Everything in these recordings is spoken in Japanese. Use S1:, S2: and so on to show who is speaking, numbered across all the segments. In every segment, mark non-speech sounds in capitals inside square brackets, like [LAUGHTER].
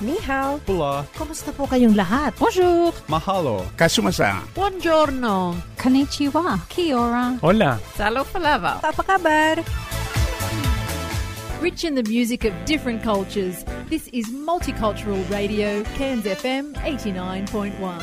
S1: Ni hao.
S2: Pula.
S3: Kumusta po kayong lahat? Bonjour!
S2: Mahalo.
S4: Kasumasa.
S3: Buongiorno!
S5: Konnichiwa. Kia ora.
S6: Hola.
S7: Salo Palava.
S1: Apa kabar?
S7: Rich in the music of different cultures, this is Multicultural Radio, Cairns FM 89.1.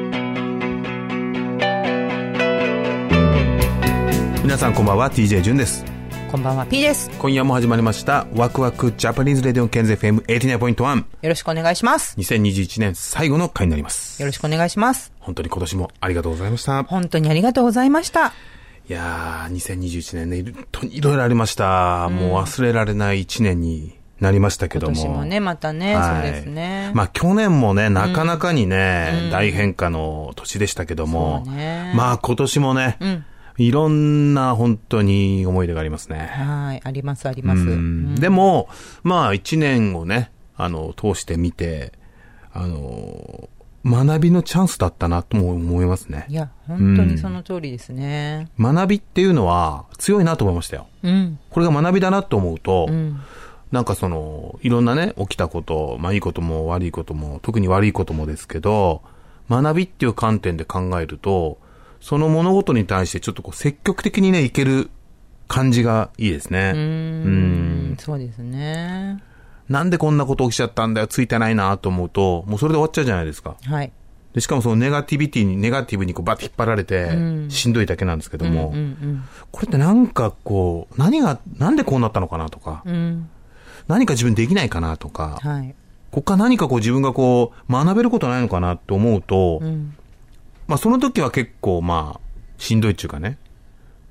S8: 皆さんこんばんは TJ 純です
S9: こんばんは、P です。
S8: 今夜も始まりましたワクワクジャパニーズレディオンケンズ FM89.1
S9: よろしくお願いします。
S8: 2021年最後の回になります
S9: よろしくお願いします。
S8: 本当に今年もありがとうございました
S9: 本当にありがとうございました。
S8: いやー2021年ねいろいろいろありました、もう忘れられない1年になりましたけ
S9: 今
S8: ども
S9: 年もね、またね、
S8: はい
S9: そうですね。
S8: まあ去年もね、なかなかにね、大変化の年でしたけども、
S9: そうね
S8: まあ今年もね、いろんな本当に思い出がありますね。
S9: はい、あります、あります。
S8: うんでも、まあ一年をね、あの、通してみて、あの、学びのチャンスだったなとも思いますね
S9: い。や、本当にその通りですね。
S8: 学びっていうのは強いなと思いましたよ。
S9: うん。
S8: これが学びだなと思うと、
S9: ん
S8: なんかその、いろんなね、起きたこと、まあいいことも悪いことも、特に悪いこともですけど、学びっていう観点で考えると、その物事に対してちょっとこう積極的にね、いける感じがいいですね。
S9: うん。そうですね。
S8: なんでこんなこと起きちゃったんだよ、ついてないなと思うと、もうそれで終わっちゃうじゃないですか。
S9: はい。
S8: でしかもそのネガティビティに、ネガティブにこうバッて引っ張られて、しんどいだけなんですけども、これってなんかこう、何が、なんでこうなったのかなとか、
S9: うん。
S8: 何か自分できないかなとか、
S9: はい。
S8: ここから何かこう自分がこう学べることないのかなと思うと、
S9: ん
S8: まあその時は結構まあしんどいっていうかね、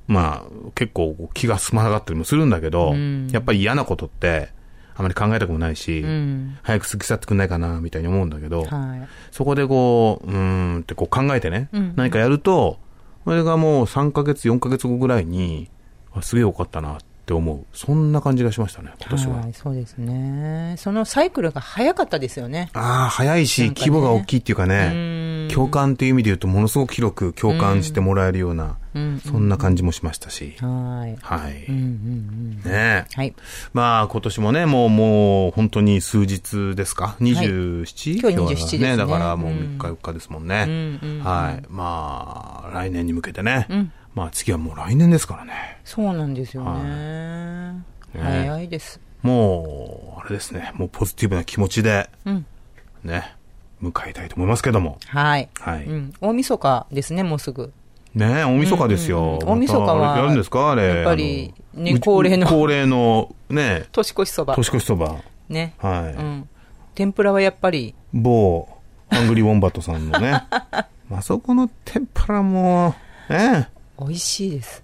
S8: まあ結構こう気が済まなかったりもするんだけど、やっぱり嫌なことってあまり考えたくもないし、
S9: うん。
S8: 早く過ぎ去ってくんないかなみたいに思うんだけど、
S9: は
S8: そこでこう、うーんってこう考えてね、
S9: うん
S8: 何かやると、これがもう3ヶ月、4ヶ月後ぐらいに、あすげえよかったなって思う。そんな感じがしましたね、
S9: い。
S8: 今年は。
S9: はい、そうですね。そのサイクルが早かったですよね。
S8: ああ、早いし、
S9: なんかね
S8: 規模が大きいっていうか
S9: う
S8: ね、
S9: ん。
S8: 共感っていう意味で言うと、ものすごく広く共感してもらえるような、
S9: うん。
S8: そんな感じもしましたし。
S9: はい。
S8: はい。
S9: うんうん
S8: ね
S9: うん。
S8: え。
S9: はい。
S8: まあ、今年もね、もう、もう、本当に数日ですか ?27?
S9: 今日
S8: は
S9: 27ですね
S8: だからもう
S9: うん
S8: 3日4日ですもんね。
S9: うんうんうん
S8: はい。まあ、来年に向けてね。
S9: ん
S8: まあ、次はもう来年ですからね。
S9: そうなんですよね。
S8: ね
S9: 早いです。
S8: もう、あれですね。もうポジティブな気持ちで、
S9: うん
S8: ね、迎えたいと思いますけども。
S9: はい。
S8: はい。
S9: うん。大晦日ですね、もうすぐ。
S8: ねえ、大晦日ですよ。
S9: うんうん大晦日は
S8: またあれやるんですかあれ。
S9: やっぱり
S8: あの
S9: ね
S8: うち
S9: 恒例の
S8: 恒例の、ね、
S9: 年越しそば
S8: 年。越しそば。
S9: ね。
S8: はい。
S9: うん。天ぷらはやっぱり、
S8: 某、ハングリーウォンバットさんの
S9: [LAUGHS]
S8: ね。あそこの天ぷらも、ね
S9: 美味しいです。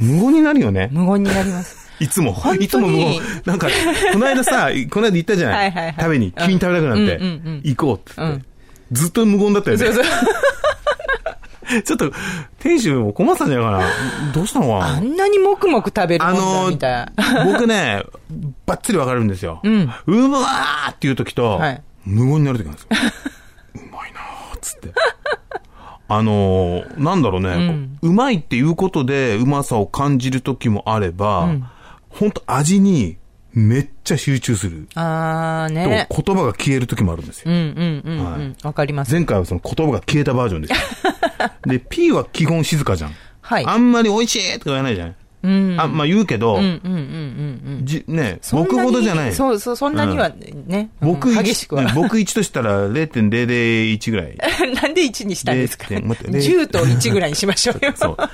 S8: え、無言になるよね。
S9: 無言になり
S8: [LAUGHS]
S9: ます。
S8: いつも
S9: 本当。に
S8: いつも無言。なんか、この間さ、この間行ったじゃな
S9: はいはい
S8: い
S9: はい
S8: 食べに、君食べたくなって
S9: うんうんうん、
S8: 行こうって
S9: う
S8: 言っ
S9: ん
S8: て。ずっと無言だったよ
S9: そう
S8: ね。
S9: そう。
S8: ちょっと、店主も困ってたんじゃないかな。どうしたのかな
S9: あんなにもくもく食べるもんだみたい。
S8: 僕ね、ばっちり分かれるんですよ。うんまーっていう時と、
S9: はい
S8: 無言になる時なんですよ。うまいなーっつって。あのーなんだろうね、うまいっていうことでうまさを感じる時もあれば、ほんと味にめっちゃ集中する。
S9: あー
S8: と
S9: ね。
S8: 言葉が消える時もあるんです
S9: う
S8: よ。
S9: んうんうんう
S8: は
S9: ん。わかります。
S8: 前回はその言葉が消えたバージョンです
S9: [LAUGHS]
S8: よ。で、P は基本静かじゃん。
S9: はい。
S8: あんまり美味しいとか言わないじゃない、
S9: うん。
S8: あ、まあ言うけど、
S9: うんうんうんうんうん。
S8: じね、
S9: そんなに
S8: 僕ほどじゃない。
S9: そうそう、そんなにはね。
S8: 僕
S9: うん
S8: 一
S9: 激しくは
S8: ね。僕1としたら0.001ぐらい。
S9: [LAUGHS] なんで1にしたんですか
S8: 0.0待ってね
S9: ?10 と1ぐらいにしましょうよ。
S8: [LAUGHS] そう。ま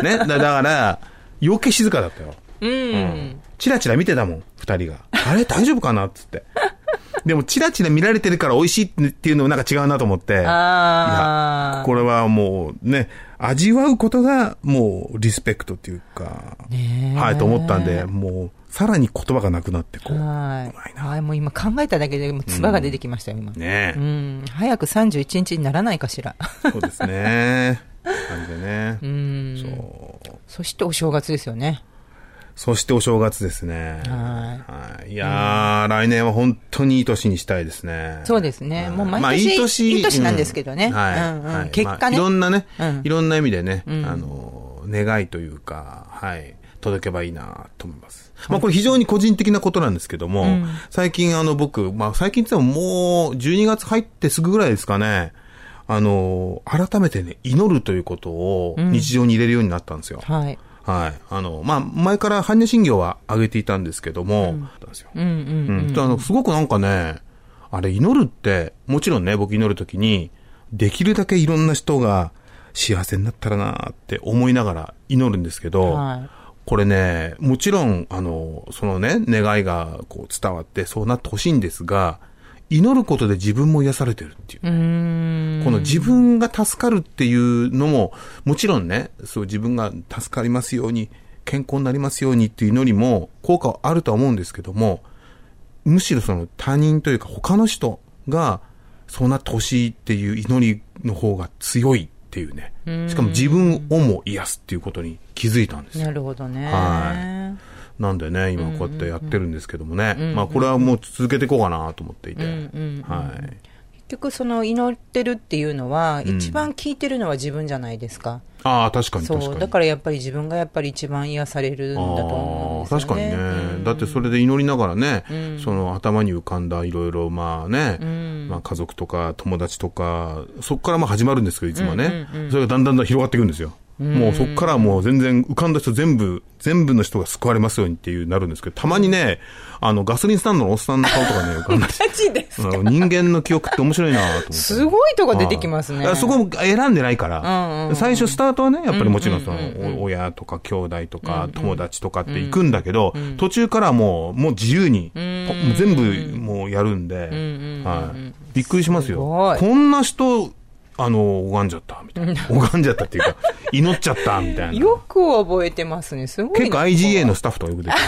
S8: あね。だだから、余計静かだったよ。
S9: うん。
S8: チラチラ見てたもん、二人が。あれ大丈夫かなっつって。でも、チラチラ見られてるから美味しいっていうのもなんか違うなと思って。い
S9: あ
S8: や
S9: あ。
S8: これはもうね、味わうことがもうリスペクトっていうか、はい、と思ったんで、もう、さらに言葉がなくなってこう。
S9: は
S8: うまい
S9: い。
S8: な
S9: はい、もう今考えただけで、もう唾が出てきましたよ、今。
S8: ねえ。
S9: うん。早く31日にならないかしら。
S8: そうですね。なんでね。
S9: うん。
S8: そう。
S9: [LAUGHS] そしてお正月ですよね。
S8: そしてお正月ですね。。
S9: はい
S8: いやー、来年は本当にいい年にしたいですね。
S9: そうです
S8: は
S9: ね
S8: い
S9: もう毎年
S8: まあ
S9: いい年なんですけどね
S8: うんはい
S9: うんうん
S8: はい
S9: 結果
S8: まあい
S9: ね
S8: ろんなね
S9: うん、
S8: いろんな意味でね、あのー、願いというか、はい、届けばいいなと思います。まあこれ非常に個人的なことなんですけども、最近あの僕、まあ最近って言ってももう12月入ってすぐぐらいですかね、あのー、改めてね、祈るということを日常に入れるようになったんですよ。
S9: はい。
S8: はい。あの、まあ、前から般若心経は上げていたんですけども、だったんですよ
S9: うんう
S8: う
S9: ん。
S8: んあの、すごくなんかね、あれ、祈るって、もちろんね、僕祈るときに、できるだけいろんな人が幸せになったらなって思いながら祈るんですけど、
S9: はい
S8: これね、もちろん、あの、そのね、願いがこう伝わってそうなってほしいんですが、祈ることで自分も癒されてるっていう。
S9: うーん。
S8: この自分が助かるっていうのも、もちろんね、そう自分が助かりますように、健康になりますようにっていう祈りも効果はあるとは思うんですけども、むしろその他人というか他の人がそうなってほしいっていう祈りの方が強いっていうね。しかも自分をも癒すっていうことに気づいたんですよ
S9: なるほどね。
S8: はなんでね、今こうやってやってるんですけどもね。まあこれはもう続けていこうかなと思っていて。はい。
S9: 結局その祈ってるっていうのは、
S8: ん
S9: 一番聞いてるのは自分じゃないですか。
S8: ああ、確かに確か
S9: そう。
S8: に。
S9: だからやっぱり自分がやっぱり一番癒されるんだと思うんですよね。
S8: あー確かにね、
S9: うん
S8: だってそれで祈りながらね、その頭に浮かんだいろいろまあね、まあ家族とか友達とかそこからまあ始まるんですけどいつもはね、それがだんだんだん広がっていくんですよ、もうそこからもう全然浮かんだ人全部全部の人が救われますようにっていうなるんですけどたまにねあのガソリンスタンドのおっさんの顔とかね浮かんだりしてうん
S9: [LAUGHS]
S8: 人間の記憶って面白いなと思って
S9: すごいとこ出てきますね
S8: はいそこも選んでないか
S9: うんうん
S8: ら、最初スタートはね、やっぱりもちろんその、お親とか兄弟とか友達とかって行くんだけど、途中からはもう、もう自由に、ぽもう全部もうやるんで、はい。びっくりしますよ。
S9: すごい
S8: こんな人、あの、拝んじゃった、みたいな。拝んじゃったっていう
S9: [LAUGHS]
S8: か、祈っちゃった、みたいな
S9: よ。く覚えてますね。すごい、ね。
S8: 結構
S9: [LAUGHS]
S8: IGA のスタッフとかよく出て
S9: IGA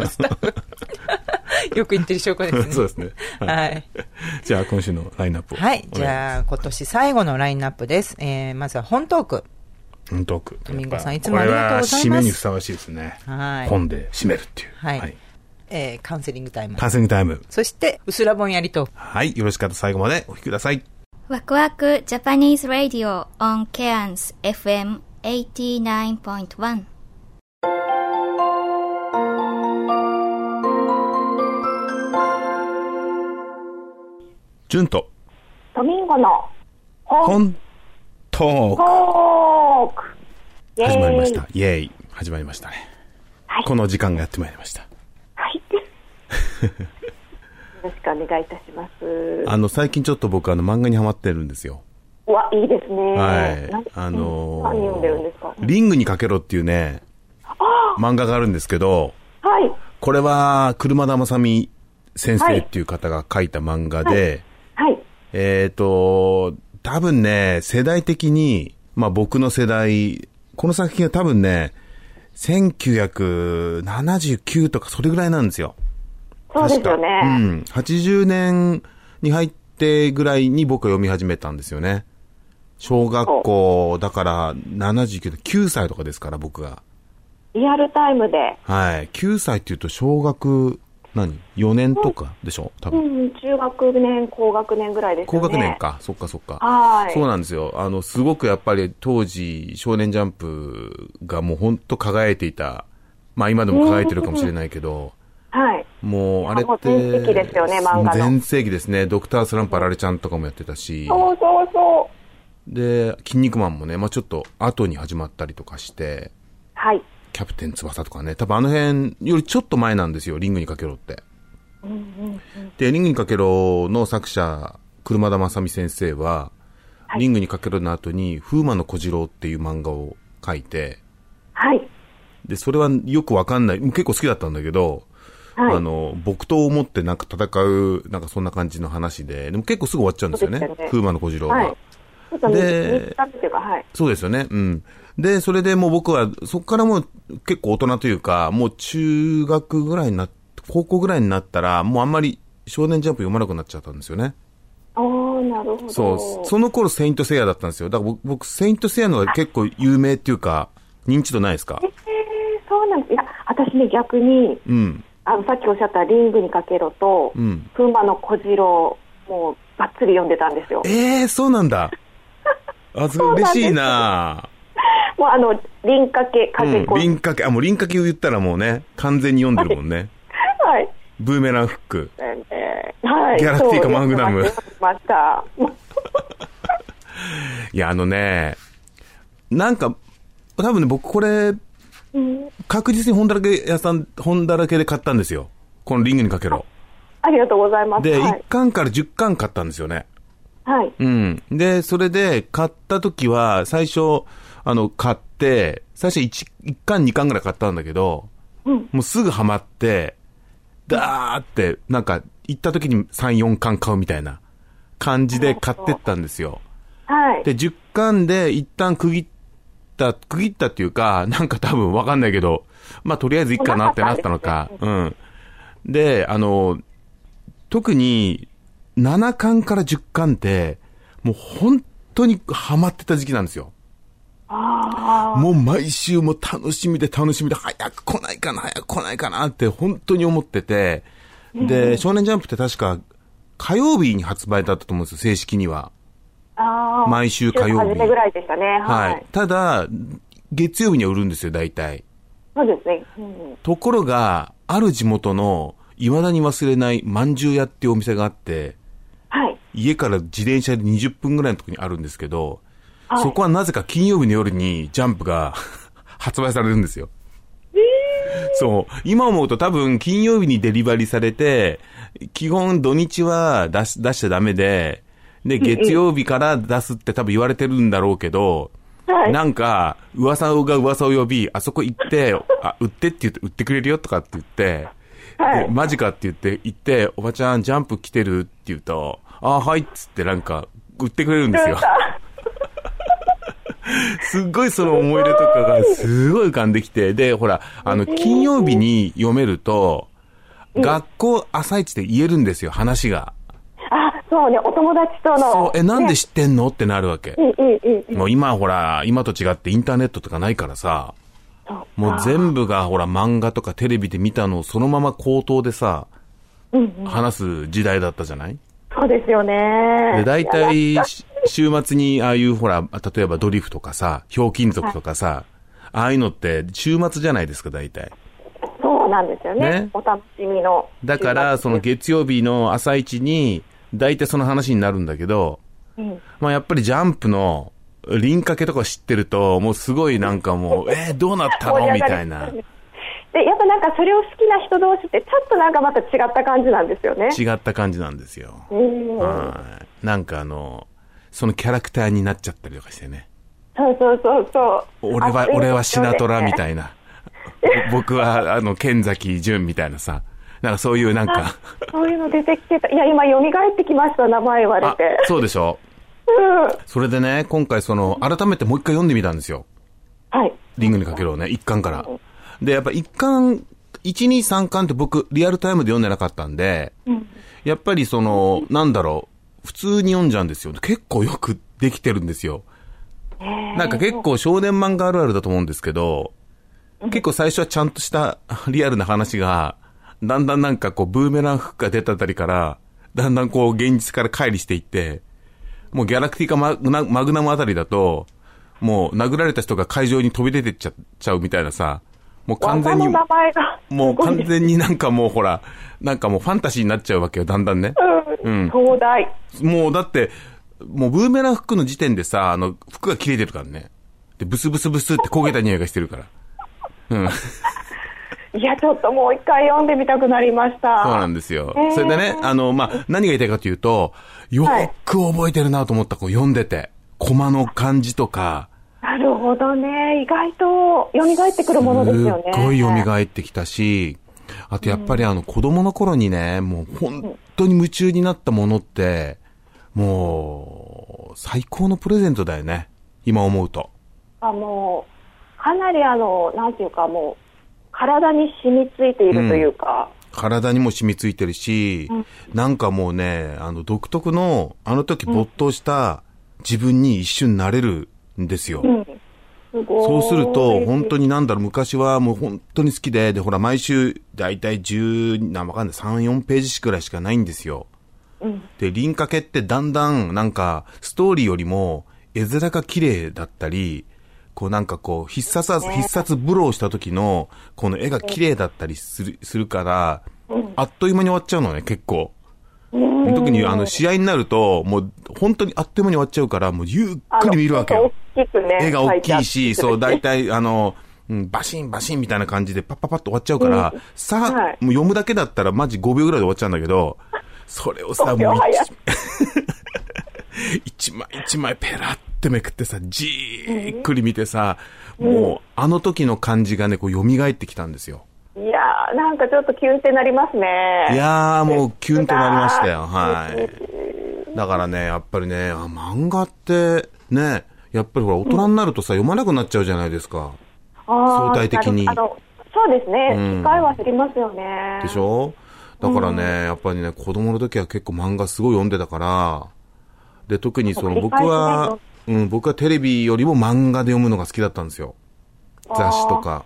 S9: のスタッフ。 [LAUGHS] よく言ってる証拠です
S8: る。
S9: ね。
S8: [LAUGHS] そうですね。
S9: は
S8: はいい。じゃあ、今週のラインナップを。
S9: はい。じゃあ、今年最後のラインナップです。えー、まずは本トーク。
S8: あ、うんトーク。
S9: ドミンゴさんいつもありがとうございます
S8: これは締めにふさわしいですね。
S9: はい
S8: 本で締めるっていう。
S9: はいえー、カウンセリングタイム。
S8: カンセリングタイム。
S9: そして、うすらぼんやりトーク。
S8: はい。よろしかったら最後までお聞きください。
S1: ワクワクジャパニーズ・ラディオ on Cairns FM89.1
S8: ジュンと、
S2: ドミンゴの
S8: コ
S2: 本
S8: ントー
S2: トーク。イ
S8: ク
S2: ェーイ
S8: 始まりまし。た。イェーイ。始まりましたね。この時間がやってまいりました。
S2: はい。よろしくお願いいたします。
S8: あの、最近ちょっと僕あの漫画にハマってるんですよ。
S2: うわ、いいですね。
S8: はい
S2: 何。
S8: あの
S2: 何読んでるんですか
S8: ー、リングにかけろっていうね、漫画があるんですけど、
S2: はい。
S8: これは、車田正美先生っていう方が書いた漫画で、
S2: はい。
S8: えっ、と、多分ね、世代的に、まあ僕の世代、この作品は多分ね、1979とかそれぐらいなんですよ。
S2: そうですよ
S8: 確かう
S2: ね。
S8: ん。80年に入ってぐらいに僕は読み始めたんですよね。小学校、だから79、9歳とかですから僕が。
S2: リアルタイムで。
S8: はい。9歳って言うと小学、何 ?4 年とかでしょ多
S2: う
S8: 分。
S2: ん、中学年、高学年ぐらいです
S8: 高
S2: よね。
S8: 学年。か。そっかそっか。
S2: はい
S8: そうなんですよ。あの、すごくやっぱり当時、少年ジャンプがもうほんと輝いていた。まあ今でも輝いてるかもしれないけど、
S2: はい。
S8: もうあれって。
S2: もう全盛期ですよね漫画の
S8: 全盛期ですね。ドクタースランプあられちゃんとかもやってたし、
S2: そうそうそう。
S8: で、筋肉マンもね、まあちょっと後に始まったりとかして、
S2: はい。
S8: キャプテン翼とかね、多分あの辺よりちょっと前なんですよ、リングにかけろって。で、リングにかけろの作者、車田正美先生は、リングにかけろの後に、風魔の小次郎っていう漫画を書いて、
S2: はい。
S8: で、それはよくわかんない、結構好きだったんだけど、
S2: はい
S8: あの、木刀を持ってなんか戦う、なんかそんな感じの話で、でも結構すぐ終わっちゃうんですよね
S2: そうですよね、
S8: 風魔の小次郎は。
S2: はいちょっと
S8: で
S2: 3日っていうか、はい。
S8: そうですよね。うん。で、それでもう僕は、そこからもう結構大人というか、もう中学ぐらいになっ高校ぐらいになったら、もうあんまり少年ジャンプ読まなくなっちゃったんですよね。
S2: あー、なるほど。
S8: そう。その頃、セイントセイヤだったんですよ。だから僕、僕セイントセイヤのが結構有名っていうか、認知度ないですか
S2: えー、そうなんです。いや、私ね、逆に、
S8: うん。
S2: あの、さっきおっしゃったリングにかけろと、
S8: うん
S2: ふんばの小次郎、もう、ばっつり読んでたんですよ。
S8: ええー、そうなんだ。あ、すごい嬉しいな
S2: もう、あの、リンかけ、か
S8: う
S2: け
S8: ん。
S2: こ、
S8: 輪郭け、あ、もう輪郭け言ったらもうね、完全に読んでるもんね。
S2: はい。
S8: ブーメランフック。
S2: えーはい。
S8: ギャラクティカマグナム
S2: そう読んでました。読んでました
S8: いや、あのね、なんか、多分ね、僕これ、確実に本だらけ屋さん、本だらけで買ったんですよ。このリングにかけろ。
S2: ありがとうございます。
S8: で、
S2: はい
S8: 1。巻から10巻買ったんですよね。
S2: はい。
S8: うん。で、それで、買った時は、最初、あの、買って、最初 1, 一巻、2巻ぐらい買ったんだけど、もうすぐハマって、だーって、なんか、行った時に3、4巻買うみたいな感じで買ってったんですよ。
S2: はい。
S8: で、10巻で一旦区切った、区切ったっていうか、なんか多分わかんないけど、まあとりあえずいっかなってなったのか。うん。で、あの、特に7巻から10巻って、もう本当にハマってた時期なんですよ。もう毎週もう楽しみで楽しみで、早く来ないかな、早く来ないかなって本当に思ってて、で、少年ジャンプって確か火曜日に発売だったと思うんですよ、正式には。
S2: あー
S8: 毎週火曜日
S2: 週初めぐらいでしたね。は。
S8: はいい。ただ、月曜日には売るんですよ、大体。
S2: そうですね。うん
S8: ところが、ある地元の、いまだに忘れない、まんじゅう屋っていうお店があって、
S2: はい。
S8: 家から自転車で20分ぐらいのところにあるんですけど、そこはなぜか金曜日の夜にジャンプが [LAUGHS] 発売されるんですよ。 [LAUGHS] そう。今思うと多分金曜日にデリバリーされて、基本土日は出し、出しちゃダメで、で、月曜日から出すって多分言われてるんだろうけど、
S2: はい
S8: なんか、噂が噂を呼び、あそこ行って、あ、売ってって言って、売ってくれるよとかって言って、
S2: はい
S8: でマジかって言って、行って、おばちゃん、ジャンプ来てるって言うと、あーはいっつってなんか、売ってくれるんです
S2: [LAUGHS]
S8: よ。すっごいその思い入れとかがすごい浮かんできて、で、ほら、あの、金曜日に読めると、学校朝一で言えるんですよ、話が。
S2: あ、そうね、お友達との。
S8: そう、え、なんで
S2: ね
S8: 知ってんのってなるわけ。
S2: うんうんうん。
S8: もう今ほら、今と違ってインターネットとかないからさ、もう全部がほら漫画とかテレビで見たのをそのまま口頭でさ、話す時代だったじゃない
S2: そうですよね。
S8: で、大
S2: いや。
S8: 体し、週末にああいうほら、例えばドリフとかさ、ひょうきん族とかさ、ああいうのって週末じゃないですか、大体。
S2: そうなんですよね。
S8: ね
S2: お楽しみの。
S8: だから、その月曜日の朝一に、大体その話になるんだけど、まあやっぱりジャンプの、輪掛けとか知ってると、もうすごいなんか
S2: [LAUGHS]
S8: もう、えー、どうなったのみたいな。
S2: で、やっぱなんかそれを好きな人同士って、ちょっとなんかまた違った感じなんですよね。
S8: 違った感じなんですよ。
S2: うん
S8: はい。なんかあの、そのキャラクターになっちゃったりとかしてね。
S2: そうそうそうそう。
S8: 俺は、俺はシナトラみ
S2: い。
S8: たい [LAUGHS] な。ぼ僕は、あの、剣崎淳みたいなさ。なんかそういうなんか、
S2: そういうの出てきてた。いや、今蘇ってきました、名前言われ
S8: あ
S2: て、。
S8: そうでしょ
S2: うん。
S8: それでね、今回その、改めてもう一回読んでみたんですよ。
S2: はい。
S8: リングにかけるをね、一巻から。で、やっぱ一巻、一二三巻って僕、リアルタイムで読んでなかったんで、やっぱりその、なんだろう、普通に読んじゃうんですよ。結構よくできてるんですよ。なんか結構少年漫画あるあるだと思うんですけど、結構最初はちゃんとした [LAUGHS] リアルな話が、だんだんなんかこう、ブーメランフックが出たあたりから、だんだんこう、現実から乖離していって、もうギャラクティカマグナマグナムあたりだと、もう殴られた人が会場に飛び出てっちゃちゃうみたいなさ、もう完全に、
S2: 技の名前が。
S8: もう完全になんかもうほら、なんかもうファンタジーになっちゃうわけよ、だんだんね。
S2: うん。東大。
S8: もうだって、もうブーメラン服の時点でさ、あの、服が切れてるからね。で、ブスブスブスって焦げた匂いがしてるから。うん。
S2: いや、ちょっともう一回読んでみたくなりました。
S8: そうなんですよ。それでね、あの、まあ、何が言いたいかというと、よーく覚えてるなと思った、こう読んでて。コマの感じとか、
S2: なるほどね。意外と蘇ってくるものですよね。
S8: すっごい蘇ってきたし、あとやっぱりあの子供の頃にね、もう本当に夢中になったものって、ももう、最高のプレゼントだよね。今思うと。
S2: あの、かなりあの、なんていうかもう、体に染みついているというか、
S8: 体にも染みついてるし、なんかもうね、あの、独特の、あの時没頭した自分に一瞬なれるんですよ。
S2: すごい。
S8: そうすると、本当になんだろう、昔はもう本当に好きで、で、ほら、毎週、だいたい10、なんわかんない、3、4ページしくらいしかないんですよ。で、輪掛けってだんだん、なんか、ストーリーよりも、絵面が綺麗だったり、こうなんかこう、必殺、必殺ブローした時の、この絵が綺麗だったりする、するから、あっという間に終わっちゃうのね、結構。特にあの、試合になると、もう、本当にあっという間に終わっちゃうから、もう、ゆっくり見るわけよ。
S2: 大きくね。
S8: 絵が大きいし、そう、
S2: だ
S8: 大
S2: いたい。
S8: 体、あの、うんバシンバシンみたいな感じでパッパッパッと終わっちゃうから、さあ、
S2: はい
S8: もう読むだけだったらマジ5秒ぐらいで終わっちゃうんだけど、それをさ、
S2: 5秒
S8: もう
S2: 早い
S8: [LAUGHS] 一一枚一枚ペラってめくってさ、じーっくり見てさ、もうあの時の感じがね、こう蘇ってきたんですよ。
S2: いやー、なんかちょっとキュンってなりますね。
S8: いやー、もうキュンとなりましたよ。はい。だからね、やっぱりね、あ漫画って、ね、やっぱりほら、大人になるとさ、読まなくなっちゃうじゃないですか。
S2: あー
S8: 相対的に
S2: なるほどあのそうですね、
S8: うん
S2: 機会は減りますよね。
S8: でしょだからね、やっぱりね、子供の時は結構漫画すごい読んでたから、で、特にその
S2: 繰り
S8: 僕
S2: 返しね
S8: は、うん、僕はテレビよりも漫画で読むのが好きだったんですよ。雑誌とか。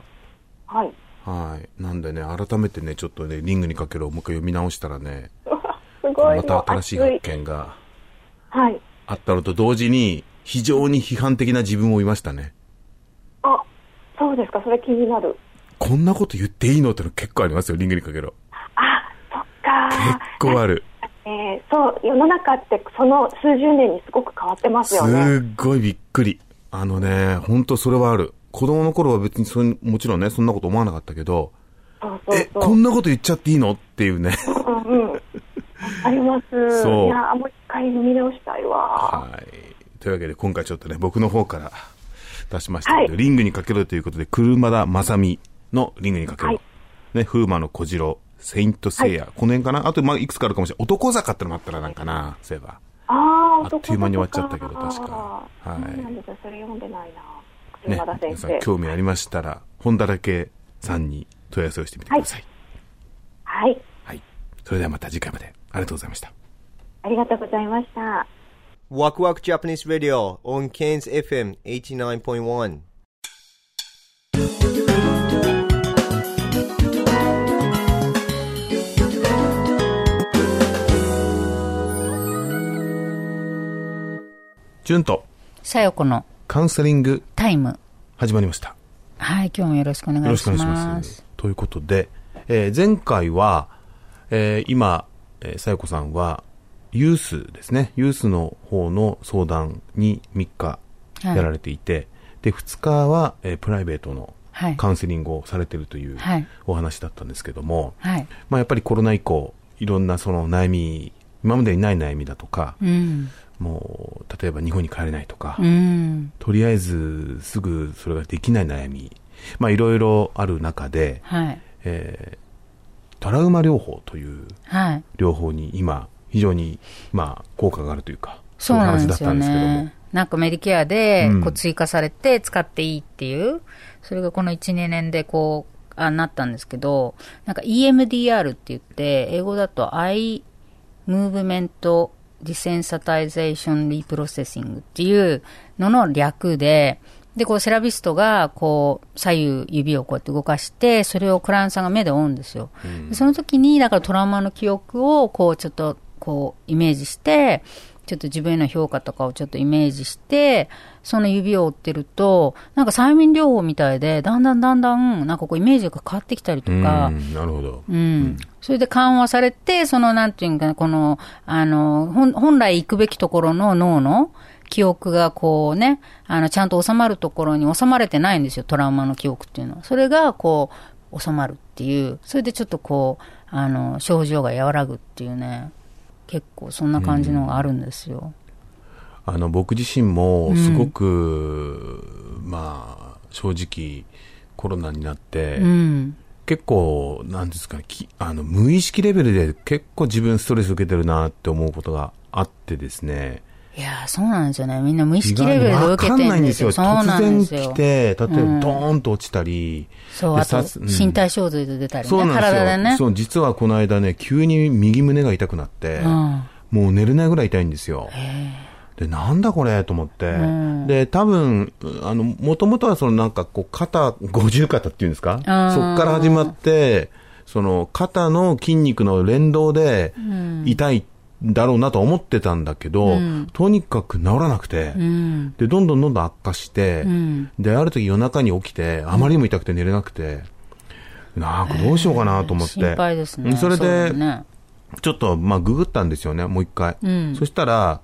S2: はい。 [LAUGHS]
S8: はい。なんでね、改めてね、ちょっとね、リングにかけるをもう一回読み直したらね、
S2: すごい。
S8: また新しい
S2: もう
S8: 発
S2: 熱
S8: 見が
S2: はい。
S8: あったのと同時に、非常に批判的な自分をいましたね。
S2: あ、そうですか、それ気になる。
S8: こんなこと言っていいのっての結構ありますよ、リングにかける。
S2: そっか
S8: 結構ある。
S2: ー、えーそう、世の中ってその数十年にすごく変わってますよね。
S8: すっごいびっくり。あのね、ほんとそれはある。子供の頃は別にそれもちろんね、そんなこと思わなかったけど、
S2: そうそう
S8: え、
S2: そ
S8: こんなこと言っちゃっていいのっていうね。 [LAUGHS]
S2: う。うんうん。あります。
S8: そう
S2: いやー、もう一回読み直したいわ。
S8: はい。というわけで今回ちょっとね、僕の方から出しましたけど、
S2: はい
S8: リングにかけろということで、車田正美のリングにかけろ。
S2: はい
S8: ね、風魔の小次郎、セイントセイヤ、この辺かなあと、まあ、いくつかあるかもしれない。男坂ってのもあったらなんかな、そういえば。
S2: あー
S8: あっという間に終わっちゃったけど確かはい
S2: そうなんですよ、それ読んでないな。
S8: ね
S2: 車田、先
S8: 皆さ
S2: 生。
S8: ん興味ありましたら、本だらけさんに問い合わせをしてみてください
S2: はい。
S8: はい。それではまた次回まで。ありがとうございました。
S2: ありがとうございました。
S10: Waku Waku Japanese Radio on Cairns FM 89.1.
S8: ジュンと
S11: さよこの
S8: カウンセリング
S11: タイム。
S8: 始まりました。
S11: はい、今日もよろしくお願
S8: よろ
S11: い
S8: しく
S11: し
S8: お願いし
S11: ま。
S8: ますす。ということで、えー前回は、えー今、えーさよこさんは、ユースですね。ユースの方の相談に3日やられていて、で、2日は、えープライベートの
S11: はい
S8: カウンセリングをされてるという
S11: はい
S8: お話だったんですけども、
S11: はい。
S8: まあやっぱりコロナ以降、いろんなその悩み、今までにない悩みだとか、
S11: うん。
S8: もう、例えば日本に帰れないとか、
S11: うん。
S8: とりあえずすぐそれができない悩み、まあいろいろある中で、
S11: はい。
S8: えートラウマ療法という
S11: はい。
S8: 療法に今、非常に、まあ、効果があるというか、
S11: そうなんです
S8: そ
S11: よ
S8: ういう話だったんですけども
S11: ね。なんかメディケアで
S8: うん
S11: こう追加されて使っていいっていう、それがこの1、2年でこう、あなったんですけど、なんか EMDR って言って、英語だと I Movement Desensitization Reprocessing っていうのの略で、で、こうセラピストがこう左右指をこうやって動かして、それをクライアントさんが目で追うんですよ。でその時に、だからトラウマの記憶をこうちょっとこうイメージして、ちょっと自分への評価とかをちょっとイメージして、その指を折ってると、なんか催眠療法みたいで、だんだんだんだん、なんかこうイメージが変わってきたりとか、
S8: うんなるほど。
S11: うん。それで緩和されて、その、なんていうんかな、この、あの、本本来行くべきところの脳の記憶がこうね、あの、ちゃんと収まるところに収まれてないんですよ、トラウマの記憶っていうのは。それが、こう、収まるっていう、それでちょっとこう、あの、症状が和らぐっていうね、結構そんな感じのがあるんですよ。
S8: あの、僕自身も、すごく、まあ、正直、コロナになって、
S11: うん。
S8: 結構、なんですかね、きあの、無意識レベルで結構自分ストレス受けてるなって思うことがあってですね、
S11: いやー、そうなんですよね。みんな無意識レベルで受けて
S8: 意外にわかんないんですよ。
S11: そうな
S8: 突
S11: ん
S8: 然
S11: です
S8: 来
S11: よ。
S8: て、例えばド
S11: うん
S8: ーンと落ちたり。
S11: そう、
S8: で
S11: あと
S8: さ、うん
S11: 身体症状で出たりね、
S8: そうなんですよ。
S11: 体でね。
S8: そう、実はこの間ね、急に右胸が痛くなって、
S11: うん
S8: もう寝れないぐらい痛いんですよ。で、なんだこれと思って。
S11: うん
S8: で、多分、あの、もともとはそのなんかこう、肩、五十肩っていうんですかそっ
S11: あー
S8: から始まって、その肩の筋肉の連動で
S11: うん
S8: 痛いんだろうなと思ってたんだけど、
S11: うん
S8: とにかく治らなくて、
S11: うん。
S8: で、どんどんどんどん悪化して、
S11: うん
S8: で、ある時夜中に起きて、あまりにも痛くて寝れなくて、なんかどうしようかなと思って。
S11: 心配ですね。
S8: それ
S11: うだ
S8: で、
S11: よね、
S8: ちょっと、まあ、ググったんですよね、もう一回。
S11: うん
S8: そしたら、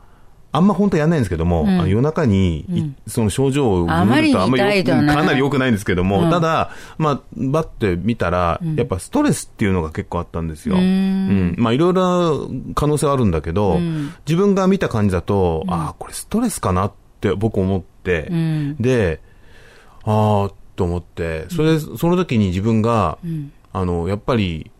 S8: あんま本当やんないんですけども、
S11: うん
S8: あの夜中にい、
S11: うん
S8: その症状をググると
S11: あまりに痛いとね
S8: あんまりよくかなり良くないんですけども、
S11: うん
S8: ただ、まあ、バッて見たら、やっぱストレスっていうのが結構あったんですよ。
S11: うーん
S8: うんまあ、いろいろな可能性はあるんだけど、
S11: うん
S8: 自分が見た感じだと、ああ、これストレスかなって僕思って、
S11: うん
S8: で、ああ、と思って、それで、その時に自分が、あの、やっぱり、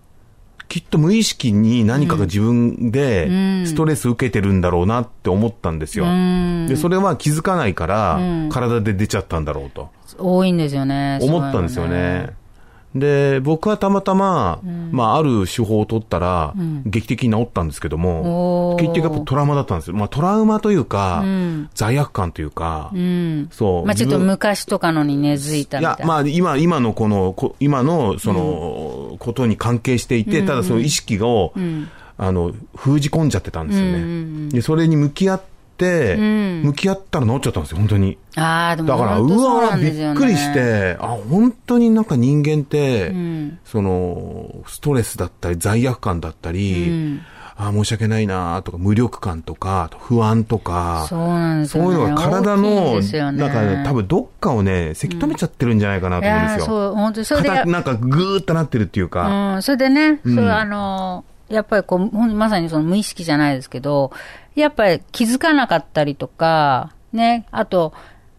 S8: きっと無意識に何かが自分で
S11: うん
S8: ストレス受けてるんだろうなって思ったんですよ。
S11: うん
S8: で、それは気づかないから
S11: うん、
S8: 体で出ちゃったんだろうと
S11: 多いんですよね。
S8: 思ったんですよ
S11: そういうの
S8: ね。で、僕はたまたま、まあ、ある手法を取ったら
S11: うん、
S8: 劇的に治ったんですけども
S11: お、ー
S8: 結局やっぱトラウマだったんですよ。まあ、トラウマというか、
S11: うん
S8: 罪悪感というか、
S11: うん。
S8: そう。
S11: まあちょっと
S8: 自分
S11: 昔とかのに根付いた
S8: い
S11: みたい
S8: や
S11: な。、
S8: まあ、今、今のこの、こ今の、その、ことに関係していて、ただその意識を、
S11: ん
S8: あの、封じ込んじゃってたんですよね。
S11: うんうんうん
S8: で、それに向き合って、
S11: うん
S8: 向き合ったら治っちゃったんですよ、本当に。
S11: ああ、でも
S8: だから、う
S11: 本当そうな
S8: わ
S11: ん
S8: び
S11: ですよ
S8: っ
S11: ね
S8: くりし。て、あ、本当になんか人間って、
S11: ん
S8: その、ストレスだったり、罪悪感だったり、
S11: うん
S8: あ、申し訳ないなとか、無力感とか、あと不安とか、
S11: そうなんです
S8: そ
S11: よね。
S8: ういうのが体
S11: 大きい
S8: の、
S11: ですよね
S8: なんかね、多分どっかをね、せき止めちゃってるんじゃないかないと思うん
S11: や
S8: で
S11: ー
S8: すよ。
S11: そう、本当にそれで、
S8: 硬くなんかぐーっとなってるっていうか、
S11: うん、それでね、
S8: うん
S11: それはあのーやっぱりこう、ほんまさにその無意識じゃないですけど、やっぱり気づかなかったりとか、ね、あと、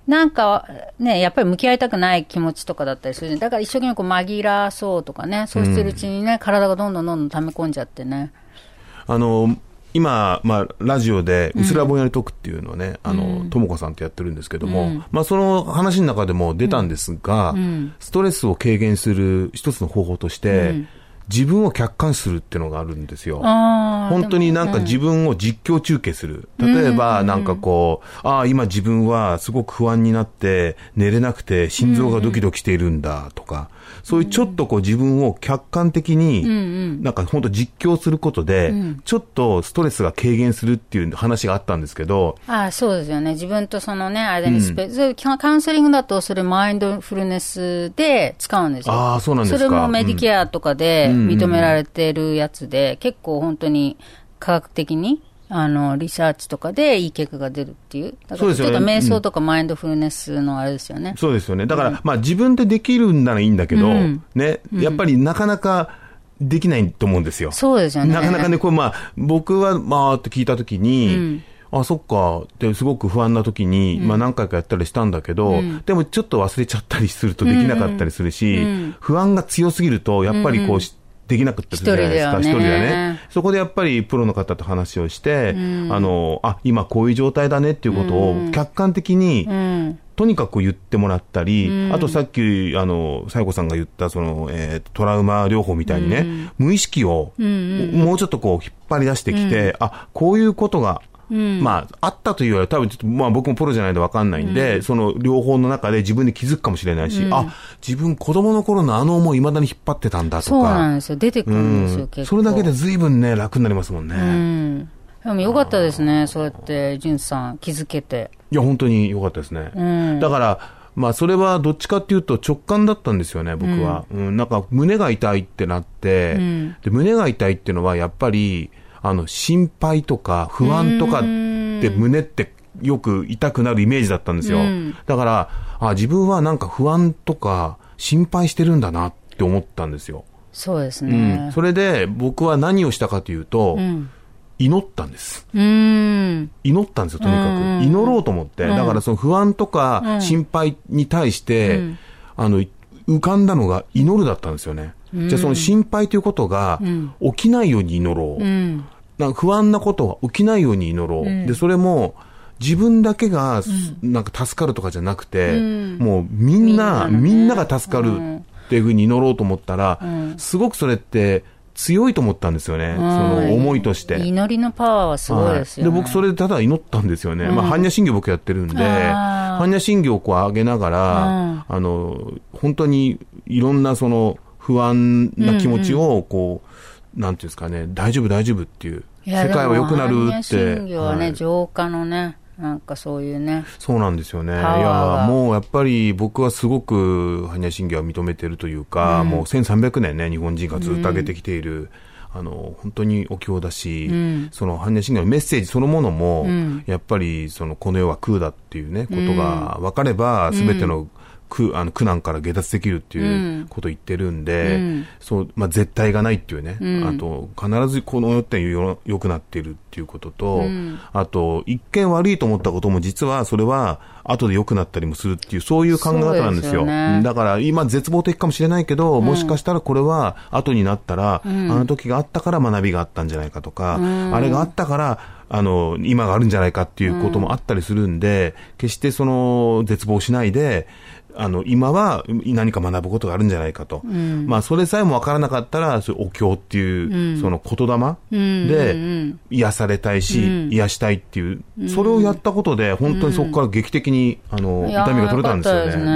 S11: なんか、ね、やっぱり向き合いたくない気持ちとかだったりするじゃんだから一生懸命こう紛らそうとかね、そうしてるうちにね、体がどんどんどんどん溜め込んじゃってね。
S8: あの、今、まあ、ラジオで、うすらぼんやりトークっていうのをね、あの、ともこさんとやってるんですけども、
S11: うん
S8: まあ、その話の中でも出たんですが、
S11: うん
S8: ストレスを軽減する一つの方法として、自分を客観視するっていうのがあるんですよ。
S11: あー
S8: 本当になんか自分を実況中継する。例えば、なんかこう、ああ、今自分はすごく不安になって、寝れなくて心臓がドキドキしているんだとか、そういうちょっとこう自分を客観的に、なんか本当実況することで、ちょっとストレスが軽減するっていう話があったんですけど、
S11: ああそうですよね、自分とそのね、間にスペース、それカウンセリングだと、それ、マインドフルネスで使うんですよ、
S8: ああそうなんですか
S11: それもメディケアとかで
S8: うん
S11: 認められてるやつで、結構本当に科学的にあのリサーチとかでいい結果が出るっていう、だ
S8: そ
S11: か
S8: う
S11: ら
S8: です
S11: ち
S8: よ
S11: ょっ
S8: ね
S11: と瞑想とかマインドフルネスのあれですよね。
S8: そうですよね。だから、まあ自分でできるんならいいんだけど、
S11: うん
S8: ね、やっぱりなかなかできないと思うんですよ。
S11: そうですよね。
S8: なかなかね、これまあ、僕は、まあ、って聞いたときに、あ、そっか、ってすごく不安なときに、まあ何回かやったりしたんだけど、でもちょっと忘れちゃったりするとできなかったりするし、不安が強すぎると、やっぱりこうし、できなかったりするじゃないですか、一人
S11: 一人
S8: で
S11: ではね
S8: ね。そこでやっぱりプロの方と話をして、あの、あ、今こういう状態だねっていうことを客観的に、
S11: うん、
S8: とにかく言ってもらったり、あとさっき、あの、さやこさんが言った、その、えートラウマ療法みたいにね、無意識を、もうちょっとこう、引っ張り出してきて、あ、こういうことが、まあ、あったというよりは、多分ちょっと、まあ僕もプロじゃないとわかんないんで、その両方の中で自分で気づくかもしれないし、あ、自分子供の頃のあの思い未だに引っ張ってたんだとか。
S11: そうなんですよ、出てく
S8: う
S11: るんですよ、
S8: ん
S11: 結構。
S8: それだけで随分ね、楽になりますもんね。
S11: うん、でもよかったですね、そうやって、んさん、気づけて。
S8: いや、本当に良かったですね。
S11: ん
S8: だから、まあ、それはどっちかっていうと直感だったんですよね、僕は。うんなんか、胸が痛いってなって、で、胸が痛いっていうのは、やっぱり、あの、心配とか不安とかって胸ってよく痛くなるイメージだったんですよ。だから、あ、自分はなんか不安とか心配してるんだなって思ったんですよ。
S11: そうです
S8: う
S11: ね
S8: ん。。それで、僕は何をしたかというと、
S11: ん
S8: 祈ったんです。
S11: うん。
S8: 祈ったんですよ、とにかく。祈ろうと思って。だからその不安とか心配に対して、あの、浮かんだのが祈るだったんですよね。じゃあその心配ということが起きないように祈ろう。なんか不安なことが起きないように祈ろう。で、それも、自分だけが、なんか助かるとかじゃなくて、
S6: うん
S8: もうみんな、みん,、なが助か
S6: う
S8: る
S6: ん
S8: っていうふうに祈ろうと思ったら、
S6: うん
S8: すごくそれって強いと思ったんですよね。
S6: ん
S8: その思いとして。
S6: 祈りのパワーはすごいですよ、ね
S8: はいで僕それでただ祈ったんですよね、
S6: うん
S8: まあ、般若心経僕やってるんで
S6: あー
S8: 般若心経をこう上げながら、
S6: うん
S8: あの本当にいろんなその不安な気持ちをこう、なんていうんですかね大丈夫大丈夫っていう
S6: い
S8: 世
S6: や
S8: 界は良くなるっ
S6: でも
S8: て
S6: 般若心経はね、
S8: はい
S6: 浄化のね、なんかそういうね。
S8: そうなんですよねい
S6: パワー
S8: やもうやっぱり僕はすごく般若心経を認めてるというか、
S6: うん
S8: もう1300年ね日本人がずっと上げてきている、あの本当にお経だし、
S6: うん
S8: その般若心経のメッセージそのものも、
S6: うん
S8: やっぱりそのこの世は空だっていうねことが分かれば、すべての苦あの苦難から下脱できるっていうことを言ってるん
S6: う
S8: で、
S6: ん
S8: そうまあ、絶対がないっていうね、
S6: うん
S8: あと必ずこの世ってよ良くなっているっていうことと、
S6: うん
S8: あと一見悪いと思ったことも実はそれは後で良くなったりもするっていうそういう考え方なんです
S6: そうで
S8: よ
S6: すよね
S8: だから今絶望的かもしれないけど、もしかしたらこれは後になったら、
S6: ん
S8: あの時があったから学びがあったんじゃないかとか、
S6: うん
S8: あれがあったからあの今があるんじゃないかっていうこともあったりするんで、決してその絶望しないであの今は何か学ぶことがあるんじゃないかと、
S6: ん
S8: まあ、それさえも分からなかったらそういうお経っていう、
S6: うん
S8: その
S6: うん
S8: 言霊
S6: うん
S8: で
S6: うん
S8: 癒されたいし、
S6: うん
S8: 癒したいっていう、それをやったことで、本当にそこから劇的に、あの、
S6: いやー
S8: 痛みが取れたんですよ
S6: 良か
S8: ね。
S6: ったですね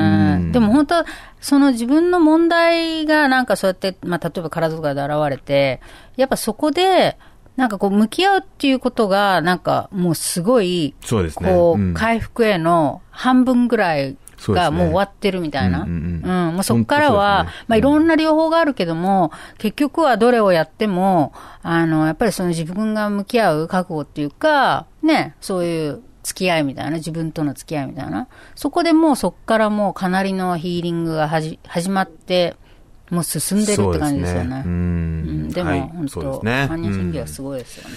S8: うん
S6: でも本当、その自分の問題がなんかそうやって、まあ、例えば体とかで現れて、やっぱそこで、なんかこう、向き合うっていうことが、なんかもうすごい、
S8: そうですね。
S6: こう、
S8: うん
S6: 回復への半分ぐらい
S8: そうです
S6: が
S8: ね
S6: もう終わってるみたいな。う
S8: う
S6: んん
S8: うんうん
S6: もうそこからは、
S8: 本当そうですね
S6: まあいろんな療法があるけども、結局はどれをやっても、あの、やっぱりその自分が向き合う覚悟っていうか、ね、そういう付き合いみたいな、自分との付き合いみたいな。そこでもうそこからもうかなりのヒーリングがはじ始まって、もう進んでるって感じですよね。
S8: そうですねう
S6: うんんでも、
S8: はい
S6: 本当、
S8: そうですね
S6: 般若心経はすごいですよね。